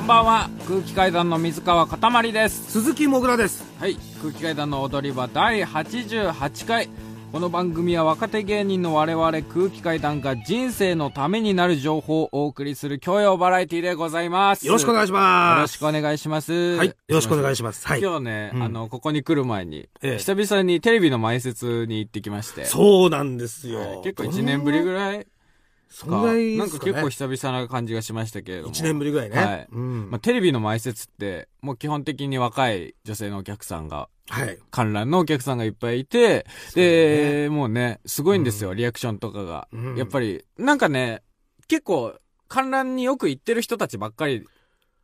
んばんは空気階段の水川かたまりです鈴木もぐらですはい空気階段の踊り場第88回この番組は若手芸人の我々空気階段が人生のためになる情報をお送りする教養バラエティでございますよろしくお願いしよまろしすくお願いしますはいよろしくお願いししますはい今日ね、うんあのここに来る前に、ええ久々にテレビの前説に行ってきましてそうなんですよ結構1年ぶりぐらいそかんぐらいなんでかすかね結構久々な感じがしましたけれども1年ぶりぐらいねはいうんまあ、テレビの前説って、もう基本的に若い女性のお客さんが、はい観覧のお客さんがいっぱいいて、で、もうね、すごいんですよ、リアクションとかが。うんやっぱり、なんかね、結構、観覧によく行ってる人たちばっかり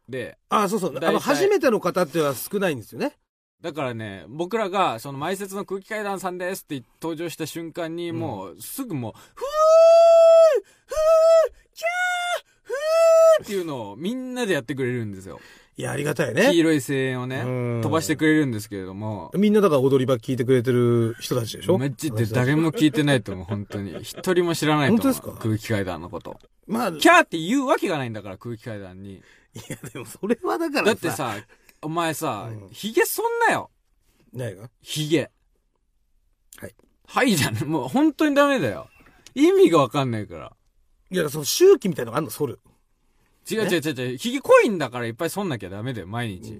で、あそうそう大体あの初めての方っては少ないんですよねだからね、僕らが、その前説の空気階段さんですって登場した瞬間に、うんもう、すぐもう、ふーふーキャーふーっていうのをみんなでやってくれるんですよ。いやありがたい黄ね色い声援をね、うん飛ばしてくれるんですけれども、みんなだから踊り場聞いてくれてる人たちでしょめっちゃって誰も聞いてないと思う、本当 に。一人も知らないと思う。本当ですか空気階段のこと。まあいキャーって言うわけがないんだから、空気階段に。やでもそれはだからだってさ、お前さう、ん髭そんなよ。何が髭。はい。はいじゃん。もう本当にダメだよ。意味がわかんないから。いやその周期みたいなのがあるの剃る違う違う違う違う。髭濃いんだからいっぱい剃んなきゃダメだよ、毎日。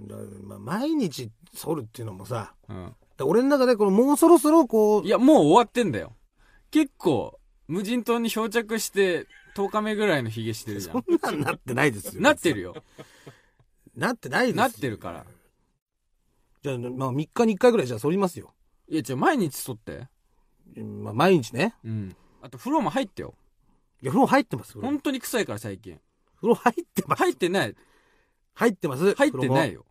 まあ毎日剃るっていうのもさうん。だから俺の中でこのもうそろそろこういや、もう終わってんだよ。結構、無人島に漂着して、10日目ぐらいの髭してるじゃん。そんなんなってないですよなってるよ。なってないですよなってるから。じゃあ、まあ、3日に1回ぐらいじゃあ剃りますよ。いや、違う、毎日剃って。まあ、毎日ね。うん。あと、風呂も入ってよ。いや、風呂入ってます。風呂本当に臭いから、最近。風呂入ってます。入ってない。入ってます。入ってないよ。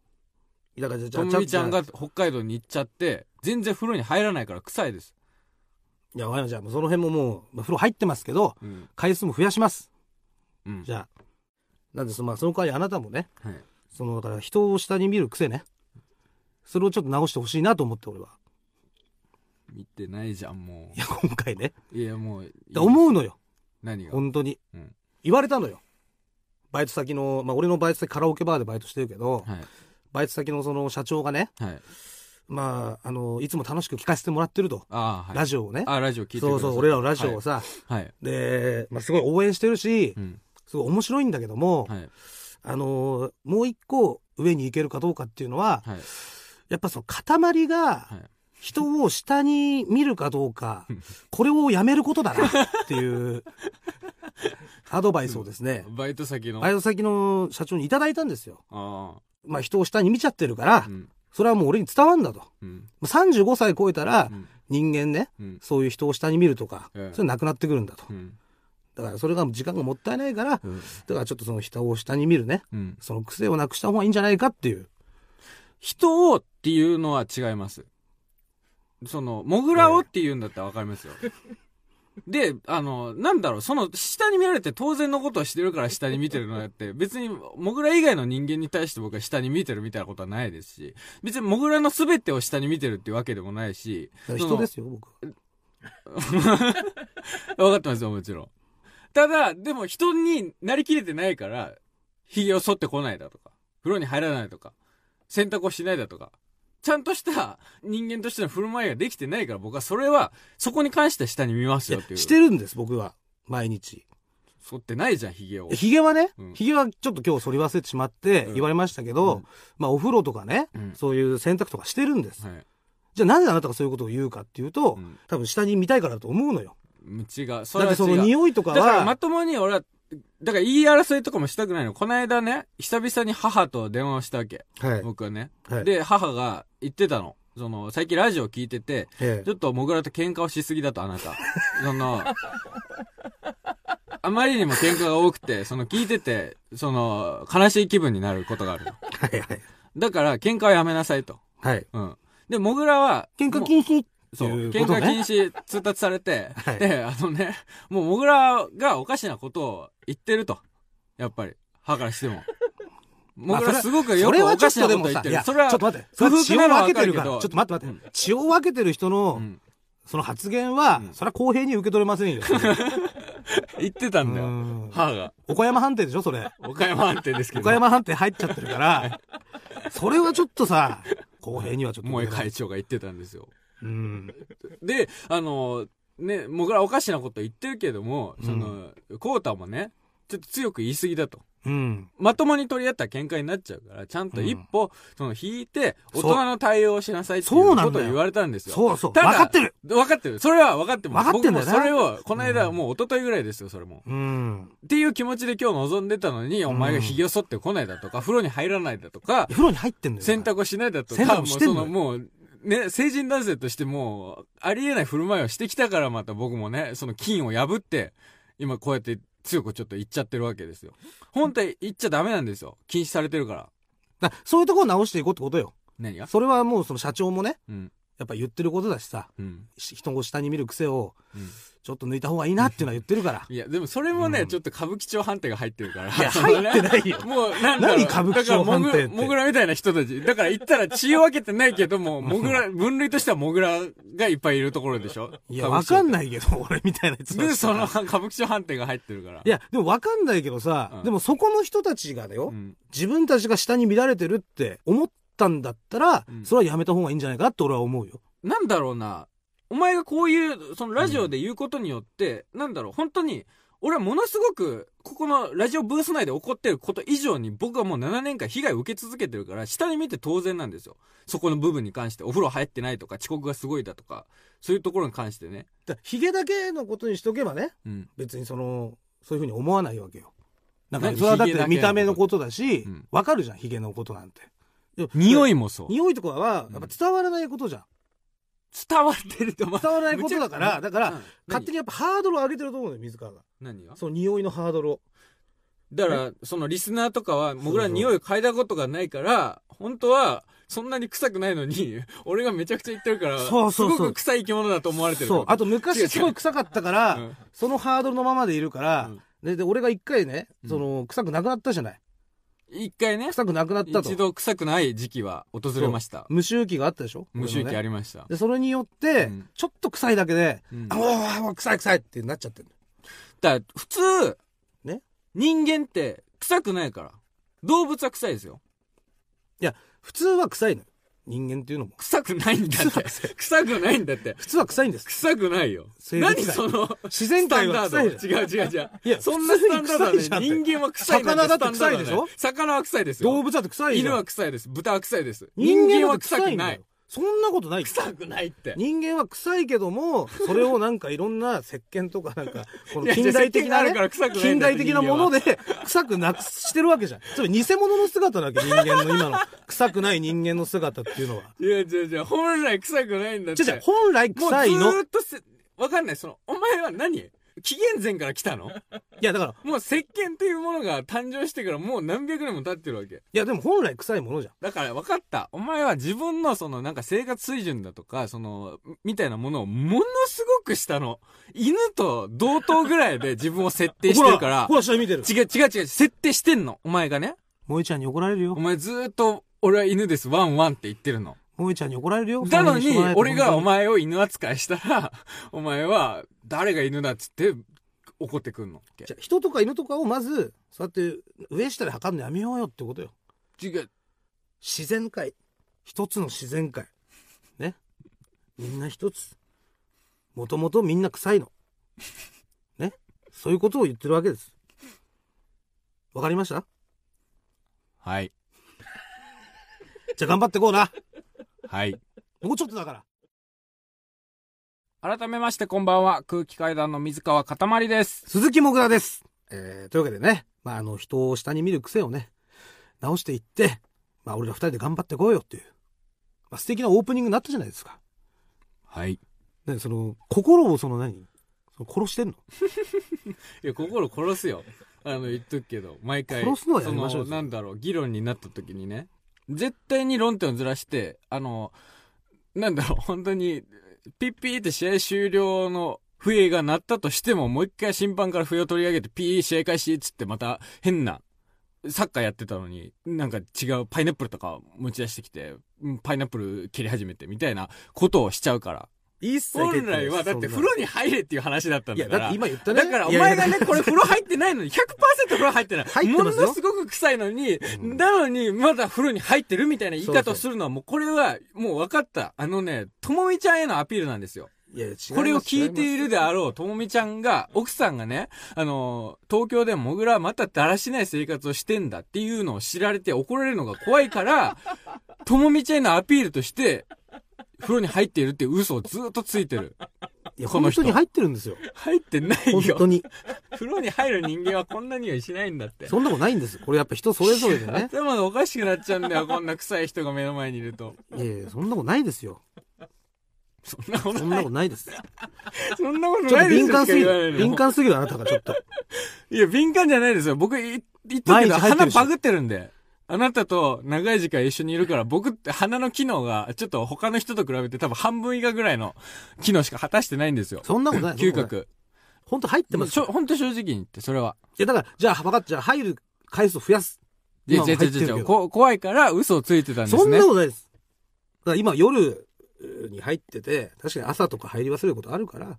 風呂も。だから、じゃとあ、もみちゃんがい北海道に行っちゃって、全然風呂に入らないから臭いです。や、わかりました。もうその辺ももう、まあ、風呂入ってますけど、うん。回数も増やします。うん。じゃあ。なんです、まあ、その代わりあなたもね、はい。その、だから人を下に見る癖ね。それをちょっと直してほしいなと思って、俺は。見てないじゃん、もいや、今回ね。う。いや、もういい。だ思うのよ。何が本当に。うん言われたのよ。バイト先の、まあ、俺のバイト先カラオケバーでバイトしてるけど、はい。バイト先のその社長がね、はい。まあ、あの、いつも楽しく聞かせてもらってると。ああ、はラい。ジオをね。あ、ラジオ聞いてくだそさういそう、俺らのラジオを。さ、はい。はいで、まあ、すごい応援してるしう、ん。すごい面白いんだけども、はい。あの、もう一個上に行けるかどうかっていうのは、はい。やっぱその塊がはい、人を下に見るかどうか、これをやめることだなって いう、アドバイスをですね、バイト先の。バイあト先の社長にいただいたんですよ。あ。まあ人を下に見ちゃってるからう、ん。それはもう俺に伝わんだと。うん。 35歳超えたらう、ん。人間ね、うん。そういう人を下に見るとか、ええそれなくなってくるんだと。うん。だからそれが時間がもったいないから、うんだからちょっとその人を下に見るね、うん。その癖をなくした方がいいんじゃないかっていう。人をっていうのは違います。その、モグラをっていうんだったらわかりますよ。で、あの、なんだろう、その、下に見られて当然のことをしてるから下に見てるのであって、別に、モグラ以外の人間に対して僕は下に見てるみたいなことはないですし、別にモグラの全てを下に見てるっていうわけでもないし、だから人ですよ、僕。 分かってますよ、もちろん。ただ、でも人になりきれてないから、髭を剃ってこないだとか、風呂に入らないとか、洗濯をしないだとか、ちゃんとした人間としての振る舞いができてないから僕はそれは、そこに関しては下に見ますいよやっていう。してるんです、僕は。毎日。剃ってないじゃん、髭を。ヒゲはねうん、ヒゲはちょっと今日剃り忘れてしまってうん言われましたけうどん、まあお風呂とかねうん、そういう洗濯とかしてるんです。はい。じゃあなぜあなたがそういうことを言うかっていうとう、ん多分下に見たいからだと思うのよ。違う。そだれは違ってう。その匂いとかだからまは、ともに俺は、だから言い争いとかもしたくないの。この間ね、久々に母と電話をしたわけ。はい僕はね。はいで、母が言ってたの。その、最近ラジオ聞いてて、えちょっとモグラと喧嘩をしすぎだと、あなた。 その、あまりにも喧嘩が多くて、その聞いてて、その、悲しい気分になることがあるの。えはいはい。だから、喧嘩はやめなさいと。はい。うん。で、モグラは、喧嘩もう禁止そう。いう喧ことね嘩禁止通達されて、はいで、あのね、もうモグラがおかしなことを言ってると。やっぱり、歯から しても。モグラすごくよそくれおはちょかっしなとこと言っでもさ、ている。や、そちれょは、っと待って、そ夫れは婦血をなのは分分けかてるるけから、ちどょっと待って待って、血を分けてる人の、うんその発言は、うん それは公平に受け取れませんよ。言ってたんだうよ。ん母が。岡山判定でしょ、それ。岡山判定ですけど。岡山判定入っちゃってるから、それはちょっとさ、公平にはちょっと。萌え会長が言ってたんですよ。うん。で、あの、ね、もぐらおかしなこと言ってるけども、その、こうた、もね、ちょっと強く言い過ぎだと。うん。まともに取り合ったら喧嘩になっちゃうから、ちゃんと一歩、その、引いて、大人の対応をしなさいっていそううなんだこよとを言われたんですよ。そうそう。分ただかってる。分かってる。それは分かってます。分かってんだよな僕もそれを、この間、もう一昨日ぐらいですよ、それも。うん。っていう気持ちで今日望んでたのに、お前が髭を剃ってこないだとか、風呂に入らないだとか、風呂に入ってんだよ。洗濯をしないだと洗か、濯もうしてんそののもう、ね、成人男性としてもう、ありえない振る舞いをしてきたからまた僕もね、その金を破って、今こうやって強くちょっと言っちゃってるわけですよ。本体言っちゃダメなんですよ。禁止されてるから。だからそういうところを直していこうってことよ。何がそれはもうその社長もね、うん。やっぱ言ってることだしさ、うん。し人を下に見る癖をうんちょっと抜いた方がいいなっていうのは言ってるから。いや、でもそれもね、うんちょっと歌舞伎町判定が入ってるから。いや、その入ねってないよ。 もう、なんだろう。何歌舞伎町判定ってだからモグモグラみたいな人たち。だから言ったら血を分けてないけども、モグラ、分類としてはモグラがいっぱいいるところでしょいや、わかんい。 ないけど、俺みたいなやつだしで、その、 歌舞伎町判定が入ってるから。いや、でもわかんないけどさ、うんでもそこの人たちがだよ、うん、自分たちが下に見られてるって思ったんだったら、うんそれはやめた方がいいんじゃないかなって俺は思うよ。なんだろうな。お前がこういう、そのラジオで言うことによって、なんだろう、本当に、俺はものすごく、ここのラジオブース内で起こってること以上に、僕はもう7年間被害を受け続けてるから、下に見て当然なんですよ。そこの部分に関して、お風呂入ってないとか、遅刻がすごいだとか、そういうところに関してね。だからヒゲだけのことにしとけばね、うん。別にその、そういうふうに思わないわけよ。なんか、何それはだっヒゲてだけの見た目のことだしうん、わ、かるじゃん、ヒゲのことなんて。匂いいもそう。匂いとかは、やっぱ伝わらないことじゃん。伝わってるって思う伝わらないことだから、だから、、勝に。手にやっぱハードルを上げてると思うのよ、水川が。何がその匂いのハードルを。だから、そのリスナーとかは、そう僕ら匂いを嗅いだことがないから、本当は、そんなに臭くないのに、 俺がめちゃくちゃ言ってるから、そうそうそうすごく臭い生き物だと思われてるそう。あと違う違昔うすごい臭かったから、そのハードルのままでいるから、うんでで俺が一回ね、うんその臭くなくなったじゃないうん一回ね、臭くなくなったと一度臭くない時期は訪れました。無臭期があったでしょ無臭期ありりました。でそれによって、うんちょっと臭いだけで、うんあもうあもう臭い臭いってなっちゃってるだから、普通、ね人間って臭くないから。動物は臭いですよ。普通は臭いのよ人間っていうのも臭くないんだって。臭くないんだって。普通は臭いんです臭くないよ。生物何臭いその、自然界はスタ臭ンいダじード違うゃん違う違う。いやそんなスタンダードは普通に臭いじゃんね、人間は臭いなん魚だって臭いでスしょタンダードはね魚は臭いですよ。動物だって臭いじ犬ゃんは臭いです。豚は臭いです。人人間間はは臭臭いくんだなよい。そんなことない臭くないって。人間は臭いけ どもそれをなんかいろんな石鹸とかなんかこいのや近代的な、石鹸があるねから臭くないんだよ近代的なもので臭くなくしてるわけじゃん。それ偽物の姿だけ人間の今の臭くない人間の姿っていうのは。いや違う違う。本来臭くないんだっじて。ゃじゃ本来もう臭いずの。ーいっとせ、わかんない。その、お前は何紀元前から来たのやだから、もう石鹸というものが誕生してからもう何百年も経ってるわけ。いやでも本来臭いものじゃん。だから分かった。お前は自分のそのなんか生活水準だとか、その、みたいなものをものすごく下の、犬と同等ぐらいで自分を設定してるからほ、ら、ほら下見てる。違う違う違う、設定してんの。お前がね。萌えちゃんに怒られるよお。前ずーっと、俺は犬です、ワンワンって言ってるの。萌えちゃんに怒られるよ。なのにそんな、こと俺言わないがとお。前を犬扱いしたら、お前は、誰が犬だっつって、怒ってくんの。じゃあ人とか犬とかをまず、そうやって上下で測るのやめようよってことよ。違う。自然界一つの自然界ねみんな一つもともとみんな臭いのねそういうことを言ってるわけですわかりましたはい。じゃあ頑張ってこうなはい。もうちょっとだから改めましてこんばんは。空気階段の水川かたまりです。鈴木もぐらです、えー、というわけでねまああの人を下に見る癖をね直していってまあ俺ら二人で頑張ってこうよっていう、まあ、素敵なオープニングになったじゃないですかはい。ねその心をその何その殺してんのいや、心殺すよ。あの、言っとくけど、毎回。殺すのはやめましょうよそのなんだろう、議論になった時にね、絶対に論点をずらして、あの、なんだろう、本当に、ピッピーって試合終了の笛が鳴ったとしても、もう一回審判から笛を取り上げて、ピー試合開始っつってまた変な、サッカーやってたのに、なんか違うパイナップルとか持ち出してきて、うんパイナップル切り始めてみたいなことをしちゃうから。一切本来は、だって風呂に入れっていう話だったんいや、だかだっら。て今言ったね。だからお前がいね、これ風呂入ってないのに、100%風呂入ってない。入ってますよものすごく臭いのに、うんなのに、まだ風呂に入ってるみたいな言いそう方そうをするのは、もうこれは、もう分かった。あのね、ともみちゃんへのアピールなんですよ。やいや、違いますこれを聞いているであろう、ともみちゃんが、奥さんがね、あの、東京でもぐらはまただらしない生活をしてんだっていうのを知られて怒られるのが怖い から、ともみちゃんへのアピールとして、風呂に入っているっていう嘘をずっとついてる。いや、ここのの人人に入ってるんですよ。入って ない本当よ。に。風呂に入る人間はこんな匂いしないんだって。そんなことないんですよ。これやっぱ人それぞ れでね。頭がおかしくなっちゃうんだよ、こんな臭い人が目の前にいると。いやいや、そんなことないですよ。そんなことそんな ないこと。ないです。ちそんなことょっなといです敏よ。感すぎしか言わないる。の敏感すぎるあなたがちょっと。いや、敏感じゃないですよ。僕、い言っとくけ毎ど、日入って鼻るしバグってるんで。あなたと長い時間一緒にいるから、僕って鼻の機能が、ちょっと他の人と比べて多分半分以下ぐらいの機能しか果たしてないんですよ。そんなことない。嗅。覚。本当入ってでも、ますしよ。ょ、ほんと正直に言って、それは。いや、だから、じゃあ、分かった。じゃあ、入る回数を増やす。いや、今違う違も入っうてるけど違う。こ怖いから嘘をついてたんですね。そんなことないです。だから今、夜に入ってて、確かに朝とか入り忘れることあるから。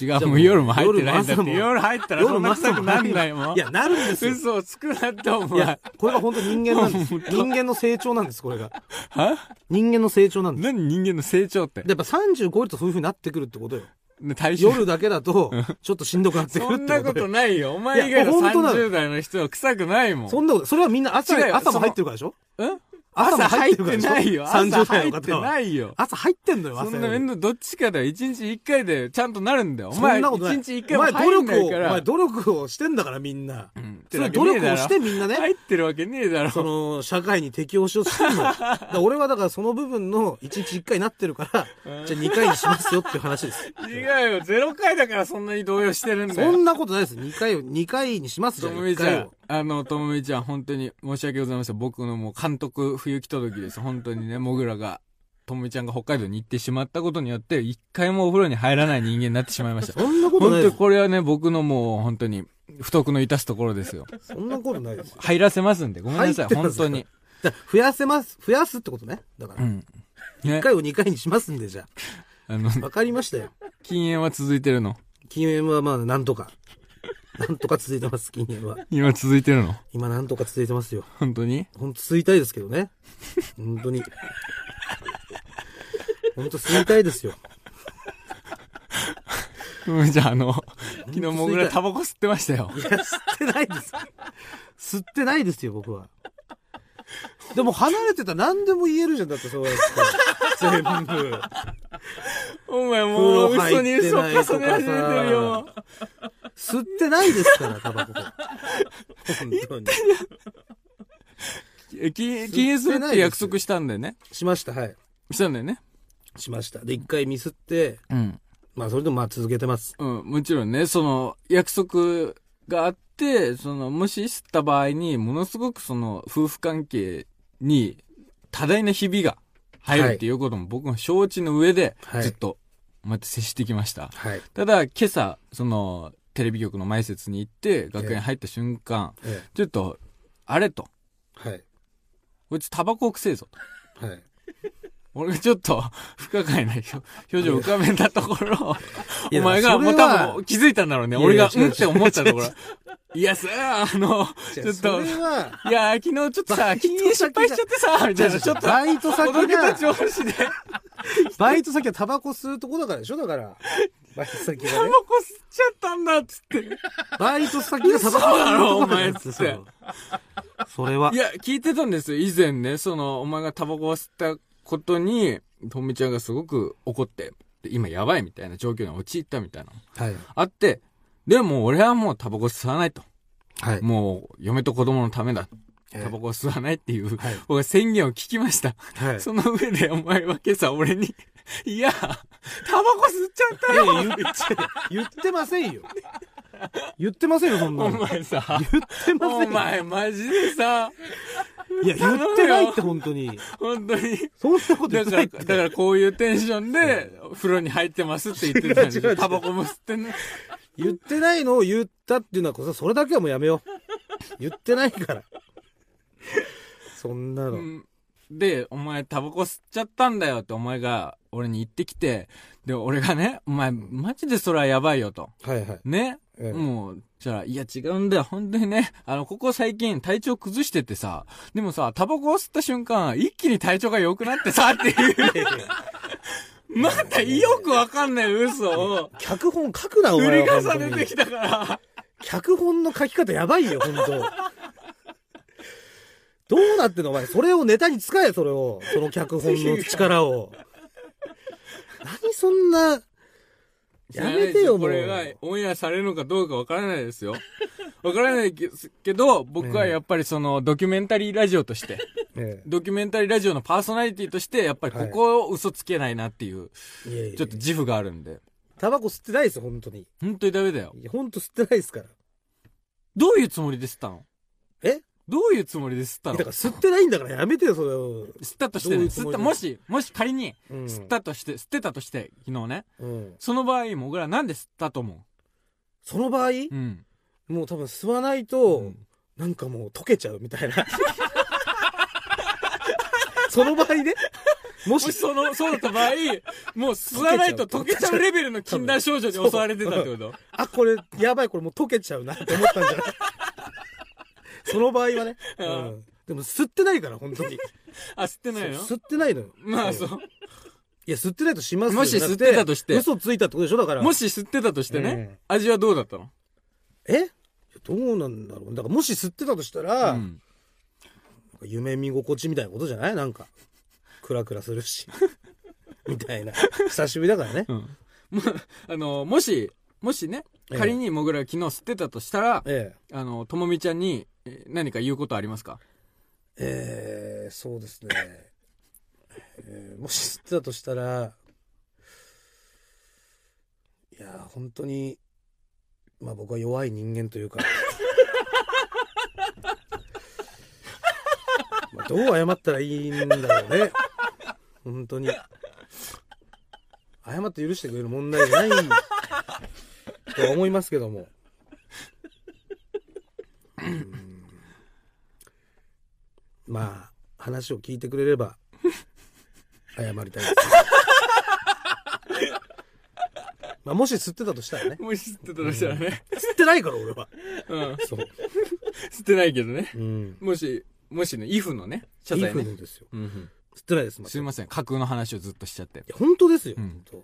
違う、もう夜も入ってないんだって。夜も朝も夜入ったらそんな臭くなんないもん。いや、なるんですよ。嘘をつくなって、おいや前。、これが本当人間なんです。人間の成長なんです、これが。は人間の成長なんです。何人間の成長って。でやっぱ35超えるとそういう風になってくるってことよ。ね対象夜だけだと、ちょっとしんどくなってくそるっんてなここととよ。ないよ。お前以外のいや本当なの30代の人は臭くないもん。そんなこと、それはみんな朝違う、よ朝そもの入ってるからでしょうん朝も朝入入っっててるからでしなょいよ。朝30代入のって方は。ないよ。朝入ってんのよ、朝そよんな面倒どっちかだよ。一日一回でちゃんとなるんだよ。おそ前、ん一なことない。日一回も入おんな前努力を、いかお前ら。努力をしてんだからみんな。うんそれは努力をしてみんなね、入ってるわけねえだろ。 その、社会に適応しようとしてんの。だから俺はだからその部分の1日1回になってるから、じゃあ2回にしますよっていう話です。違うよ。ゼロ回だからそんなに動揺してるんだそよ。んなことないです。2回を、2回にしますじゃとあもみ1ちゃ回んを。、あの、ともみちゃん、本当に申し訳ございません。僕のもう監督不行き届きです。本当にね、もぐらが、ともみちゃんが北海道に行ってしまったことによって、一回もお風呂に入らない人間になってしまいました。そんなことな本い当でにこれはね、僕のもう本当に、不徳の致すところですよ。す。そんなことないです。入らせますんで、ごめんなさい、入ってま本す当に。だから増やせます、増やすってことね。だからう。ん。ね1、回を2回にしますんで、じゃあのあ。、わかりましたよ。禁煙は続いてるの。禁煙はまあ、なんとか。なんとか続いてます、禁煙は。今続いてるの今、なんとか続いてますよ。本当にほんと吸いたいですけどね。本当に。ほんと吸いたいですよ。ともみちゃん、あの、昨日もぐらタバコ吸ってましたよい。や、吸ってないです。吸ってないですよ、僕は。でも離れてたら何でも言えるじゃん、だってそうやって。全部。お前もう、風呂嘘入にって嘘をない重とねかさ始めてるよ。吸ってないですから、タバコ。本当に。え禁禁煙するって約束したんだよね。しました、はい。したんだよね。しました。で、一回ミスって、うん。まあ、それでもまあ続けてます。うん、もちろんね、その、約束があって、その、もし吸った場合に、ものすごくその、夫婦関係に、多大なひびが入るっていうことも僕も承知の上で、はいずっと、また接してきました。はい。ただ、今朝、その、テレビ局の前説に行って、学園入った瞬間、えちょっと、あれと、えはい。こいつタバコくせえぞと。はい。俺がちょっと不可解な表表情を浮かべたところ、いやお前がそれもはう多分気づいたんだろうね。いやい俺やがうんって思ったと ころ。いや、それはあの、じゃちょあっそと、れいは、や、昨日ちょっとさ、禁煙失敗しちゃってさ、みたい な、ちょっと、バイト先おどけたが、調子で、 バイト先はタバコ吸うとこだからでしょだから。バイト先タバが コ吸ねっ。ちゃったんだ、つって。バイト先がタバコ嘘吸うとこだからですだろお前っ。そうそれはいや、聞いてたんですよ。以前ね、その、お前がタバコを吸ったことに、とみちゃんがすごく怒って、で今やばいみたいな状況に陥ったみたいな。はい。あって、でも俺はもうタバコ吸わないと。はい。もう、嫁と子供のためだ。ええタバコを吸わないっていう、はい僕は宣言を聞きました。はい。その上でお前は今朝俺に、 いや、タバコ吸っちゃったいやいよや言って、言ってませんよ。言ってませんよ、そんなおの。言っ前さ、てませおんよ。前マジでさ、いや、言ってないって、本当に。本当に。そんなことだ言ってかなら、いっだて。からこういうテンションで、風呂に入ってますって言ってたんで違う違う違うタバコも吸ってね。言ってないのを言ったっていうのはこそ、それだけはもうやめよう。言ってないから。そんなの。うんで、お前タバコ吸っちゃったんだよってお前が俺に言ってきて、で、俺がね、お前マジでそれはやばいよと。はいはい。ね、ええもう、じゃあ、いや違うんだよ、本当にね、あの、ここ最近体調崩しててさ、でもさ、タバコを吸った瞬間、一気に体調が良くなってさ、っていう、またよくわかんない嘘を、脚本書くな、お売前りは。重本当にねてきたから、脚本の書き方やばいよ、本当どうなってんの、お前。それをネタに使え、それを。その脚本の力を。何そんな、やめてよ、もこう。れがオンエアされるのかどうかわからないですよ。わからないですけど、僕はやっぱりその、ドキュメンタリーラジオとして、えドキュメンタリーラジオのパーソナリティとして、やっぱりここを嘘つけないなっていう、えいやいやちょっと自負があるんで。タバコ吸ってないですよ、本当に。本当にダメだよ。いや、本当吸ってないですから。どういうつもりで吸ったのえどういうつもりで吸っただのから吸ってないんだからやめてよ、それを。吸ったとしてね、どういうつ吸もっりた、でもし、もし仮に、うん吸っ。たとして、吸ってたとして、昨日ね。うん。その場合、もぐらなんで吸ったと思その場合、ううん。もう多分吸わないと、うんなんかもう溶けちゃうみたいな。 その場合ね。ももしその、そうだった場合、もう吸わないと溶けちゃうレベルの禁断症状に襲われてたってことあ、これ、やばい、これもう溶けちゃうなって思ったん じゃないその場合はね。ううんん。でも吸ってないから、本当に。あ、吸ってないのそう吸ってないのよ。まあんそう。。いや、吸ってないとしますよもし吸ってたとしてだっ嘘ついたってことでしょだから。もし吸ってたとしてうんね、味はどうだったのえいやどうなんだろう。だから、もし吸ってたとしたら、うなんん。か夢見心地みたいなことじゃないなんか。クラクラするし。みたいな。久しぶりだからね。うん。まあ、あの、もし、もしね、仮にもぐらが昨日吸ってたとしたら、ええ。あの、ともみちゃんにえー何か言うことありますかええそうですね。えーもし吸ってたとしたら、いやー、本当に、まあ僕は弱い人間という か、まあどう謝ったらいいんだろうね。本当に。謝って許してくれる問題じゃないとは思いますけども。まあ、話を聞いてくれれば、謝り たいです。まあ、もし吸ってたとしたらね。もし吸ってたとしたらね。吸ってないから、俺は。うん。そう。吸ってないけどね。うん。もし、もしね、イフのね、謝いい罪風ね。にですよ。うんうん吸ってないです、まいすず。いません。架空の話をずっとしちゃって。や、本当ですよ。うん本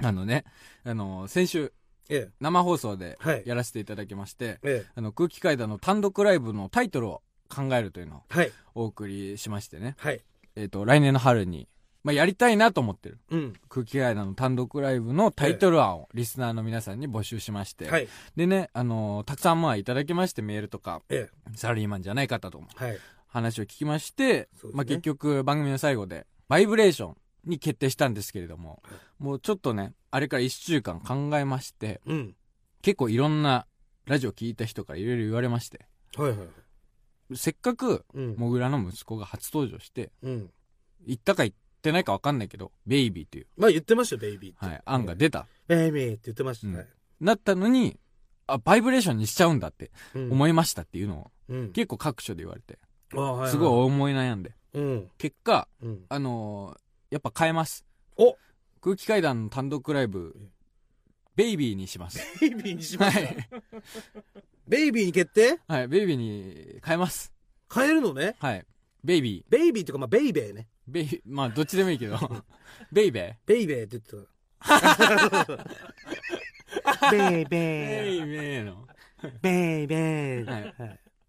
当。あのね、あの、先週、え生放送ではいやらせていただきまして、え。えあの、空気階段の単独ライブのタイトルを考えるというのをえ。はい。お送りしましてね。はい。えっ、と、来年の春に、まあ、やりたいなと思ってる。うん。空気階段の単独ライブのタイトル案をリスナーの皆さんに募集しまして、はい。でね、あのーたくさんまあいただきまして、メールとか、ええ。サラリーマンじゃない方ともはい。話を聞きまして、そうですねまあ結局番組の最後で、バイブレーションに決定したんですけれども、もうちょっとね、あれから1週間考えまして、うん。結構いろんなラジオ聞いた人からいろいろ言われまして、はいはい。せっかく、うん。モグラの息子が初登場して、うん。行ったか行ってないかわかんないけど、ベイビーという、まあ言ってましたよ、ベイビーって。はい、案が出た。ベイビーって言ってましたうんね。なったのに、あ、バイブレーションにしちゃうんだってうん思いましたっていうのをうん。結構各所で言われて、ああははすごい思い悩んで。うん。結果、うん。あのーやっぱ変えます。お空気階段の単独ライブうん、ベイビーにします。 ベイビーにしはました。い。ベイビーに決定はい、ベイビーに変えます。変えるのね。はい。ベイビー。ベイビーっていうか、まあ、ベイベーね。ベイ、まあ、どっちでもいいけ ど。ベイベベイベーって言って た。ベイー。ベベイベーの。ー、ベイベーははい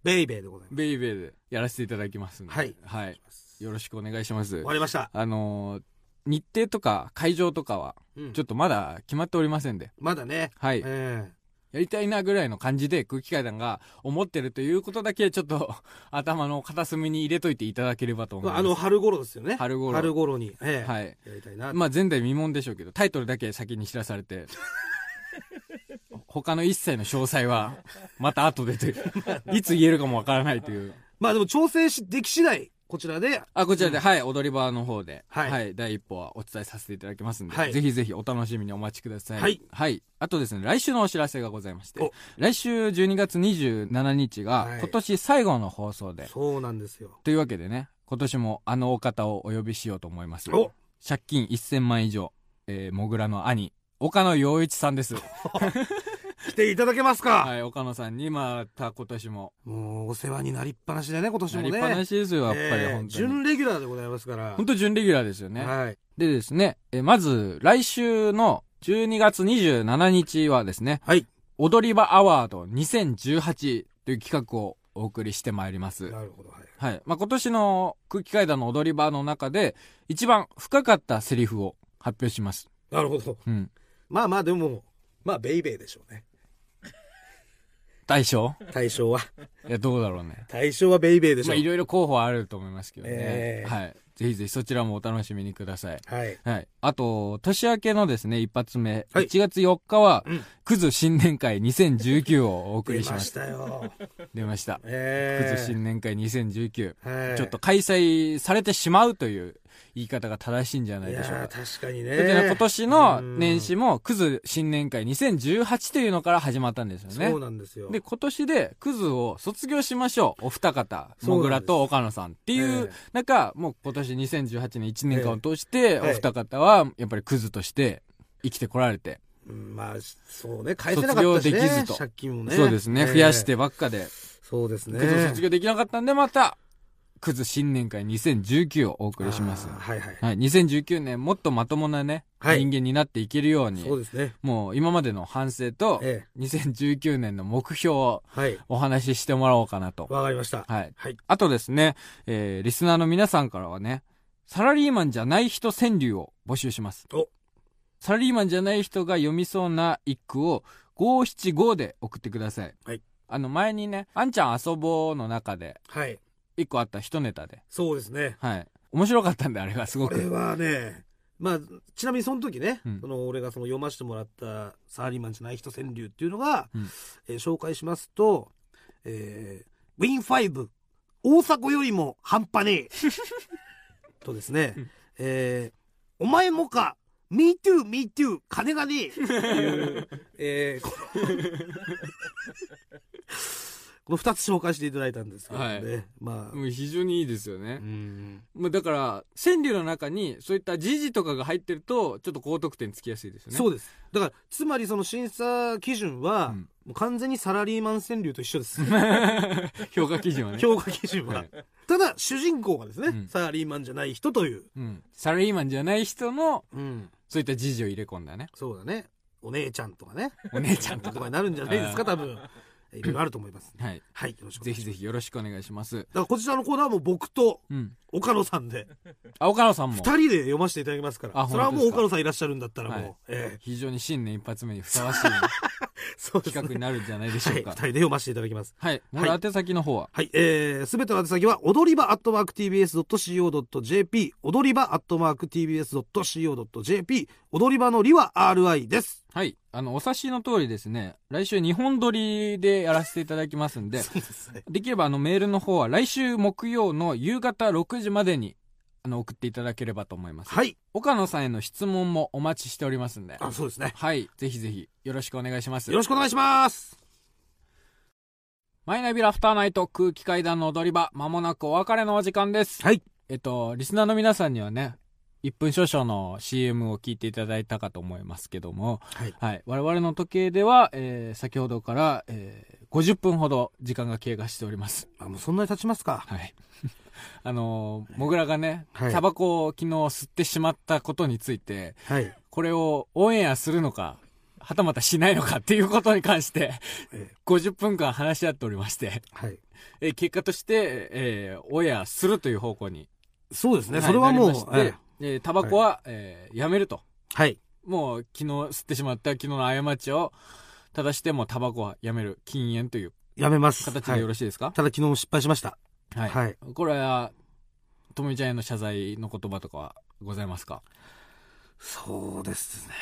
ベイベーでございます。ベイベーでやらせていただきますんで。はいはい。よろしくお願いします終。わりました。あのー日程とか会場とかは、うんちょっとまだ決まっておりませんで。まだね。はい。うんやりたいなぐらいの感じで空気階段が思ってるということだけちょっと 頭の片隅に入れといていただければと思いままあす。あの、春頃ですよね。春頃春頃に。ええはい。やりたいな。まあ前代未聞でしょうけど、タイトルだけ先に知らされ て、他の一切の詳細はまた後でという、 いつ言えるかもわからないという。まあでも調整し、でき次第、こちらで、あ、こちらで、はい、踊り場の方で、は、はいい第一歩はお伝えさせていただきますんで、はいぜひぜひお楽しみにお待ちください。はい。あとですね、来週のお知らせがございましてお、来週12月27日が、はい今年最後の放送で、そうなんですよ。というわけでね、今年もあのお方をお呼びしようと思いますお借金1000万以上、えー、もぐらの兄岡野陽一さんです、来ていただけますか、はい、岡野さんにまた今年ももうお世話になりっぱなしでね今年なもりねっぱなしですよやっぱり、えー本当に準レギュラーでございますから本当準レギュラーですよね、はいでですね、えーまず来週の12月27日はですね、はい踊り場アワード2018という企画をお送りしてまいります。なるほどはいはい。まあ、今年の空気階段の踊り場の中で、一番深かったセリフを発表します。なるほどうん。まあまあでもまあベイベーでしょうね大賞対象はいや、どうだろうね。対象はベイベーでしまょあ、う、いろいろ候補はあると思いますけどね。えーはい。ぜひぜひそちらもお楽しみにください。はいはい。あと、年明けのですね、一発目。はい1月4日は、うんクズ新年会2019をお送出りしまましす。たよ出ました。えクえズ新年会2019。はいちょっと開催されてしまうという言い方が正しいんじゃないいでやしょうか。ー確かにだってねね今年の年始も、クズ新年会2018というのから始まったんですようんそねう。なんですよで、今年でクズを卒業しましょう。お二方、そうなんですもぐらと岡野さんっていえう中、もう今年2018年1年間を通して、えお二方はやっぱりクズとして生きてこられて、えうんまあそうね返せなかった卒し、ね、業できずと借金もねそうですね、ええ増やしてばっかで、そうですねクズを卒業できなかったんで、また、クズ新年会2019をお送りしますあー。はいはい、はい、2019年もっとまともなね、はい人間になっていけるように、そうですねもう今までの反省と、ええ2019年の目標をはいお話ししてもらおうかなと。わかりましたはい。はいあとですね、えー、リスナーの皆さんからはね、サラリーマンじゃない人川柳を募集します。おサラリーマンじゃない人が読みそうな一句を575で送ってください。はい。あの前にね、あんちゃん遊ぼうの中で、はい一個あった一ネタで、そうですねはい。面白かったんで、あれがすごこれく。はねまあちなみにその時ね、うんその俺がその読ませてもらった「サラリーマンじゃない人川柳」っていうのが、うんえー紹介しますと、えーウィンファイブ大迫よりも半端ね え」とですね、うんえーお前もか MeTooMeToo 金がねえ」って いう、えーこのこの2つ紹介していただいたんですけどね、はいまあ、もう非常にいいですよね。うんまあ、だから川柳の中にそういった時事とかが入ってるとちょっと高得点つきやすいですよねそうですだからつまりその審査基準は、うんもう完全にサラリーマン川柳と一緒です 評価基準はね、評価基準は、はいただ主人公がですね、うんサラリーマンじゃない人という、うん、サラリーマンじゃない人のそういった時事を入れ込んだねそうだねお姉ちゃんとか ねお姉ちゃんととかかになるんじゃないですかうん多分いろいろあると思いますはいはいよろしくお願ぜいしひますぜひよろしくお願いしますだからこちらのコーナーはもう僕とうん岡野さんであ岡野さんも2人で読ませていただきますかあらそれは本もう当ですか岡野さんいらっしゃるんだったらもう、はいええ非常に新年一発目にふさわしい そうです企画ねになるんじゃないでしはょい、う2か人で読ませていただきますはい、もら宛先の方ははい、えー、すべての宛先は、踊り場アットマーク TBS.CO.JP、踊り場アットマーク TBS.CO.JP、踊り場のりは RI です。はいあのお察しの通りですね来週日本撮りでやらせていただきますんでそうですね。できればあのメールの方は来週木曜の夕方6時までにあの送っていただければと思います。はい、岡野さんへの質問もお待ちしておりますんで。あ、そうですね。はい。ぜひぜひよろしくお願いしますよ。ろしくお願いします。マイナビラフターナイト空気階段の踊り場、まもなくお別れのお時間です。はい。えっと、リスナーの皆さんにはね、1分少々の CM を聞いていただいたかと思いますけども、はい。はい。我々の時計では、えー先ほどから、えー50分ほど時間が経過しております。あ、もうそんなに経ちますか。はい。 あのー、もぐらがね、はいタバコを昨日吸ってしまったことについて、はい。これをオンエアするのか、はたまたしないのかっていうことに関して、え50分間話し合っておりまして、はい。えー結果として、えーオンエアするという方向に。そうですね。はいそれはもうなり、ましえてええータバコは、えーやめると。はい。もう昨日吸ってしまった昨日の過ちを正してもうタバコはやめる。禁煙というやめます。形はでいよろしいですかただ昨日も失敗しました。ははいい。これは、ともみちゃんへの謝罪の言葉とかはございます かそうですね。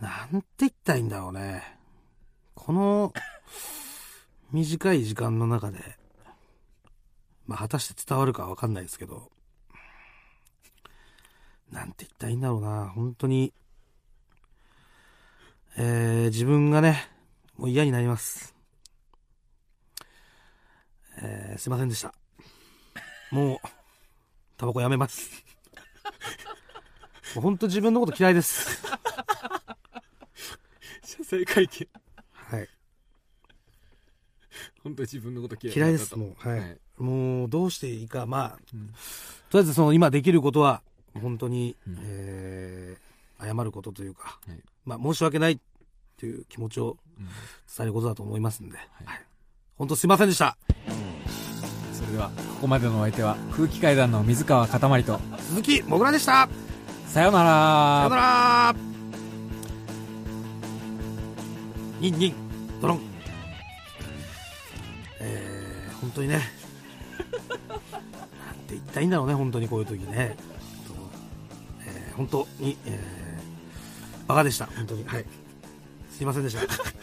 なんて言ったらいいんだろうね。この短い時間の中で、まあ果たして伝わるかわかんないですけど、なんて言ったらいいんだろうな。本当に、えー、自分がね、もう嫌になります。えー、すいませんでした。もう、タバコやめます。もうほんと自分のこと嫌いです。謝罪会見。はい。本当に自分のこと嫌い嫌いにでなったす、ともう。はい。はいもう、どうしていいか、まあ、うんとりあえずその今できることは、本当に、うんえー謝ることというか、はいまあ、申し訳ないっていう気持ちをうん伝えることだと思いますんで、いはい本当すいませんでした。それでは、ここまでのお相手は、空気階段の水川かたまりと、鈴木もぐらでした。さよなさらよなら。ニンニン、ドロン。えー、本当にね。 なんて言ったらいいんだろうね、本当にこういう時ね。本当,、えー本当に、えー、バカでした、本当に。はい。すいませんでした。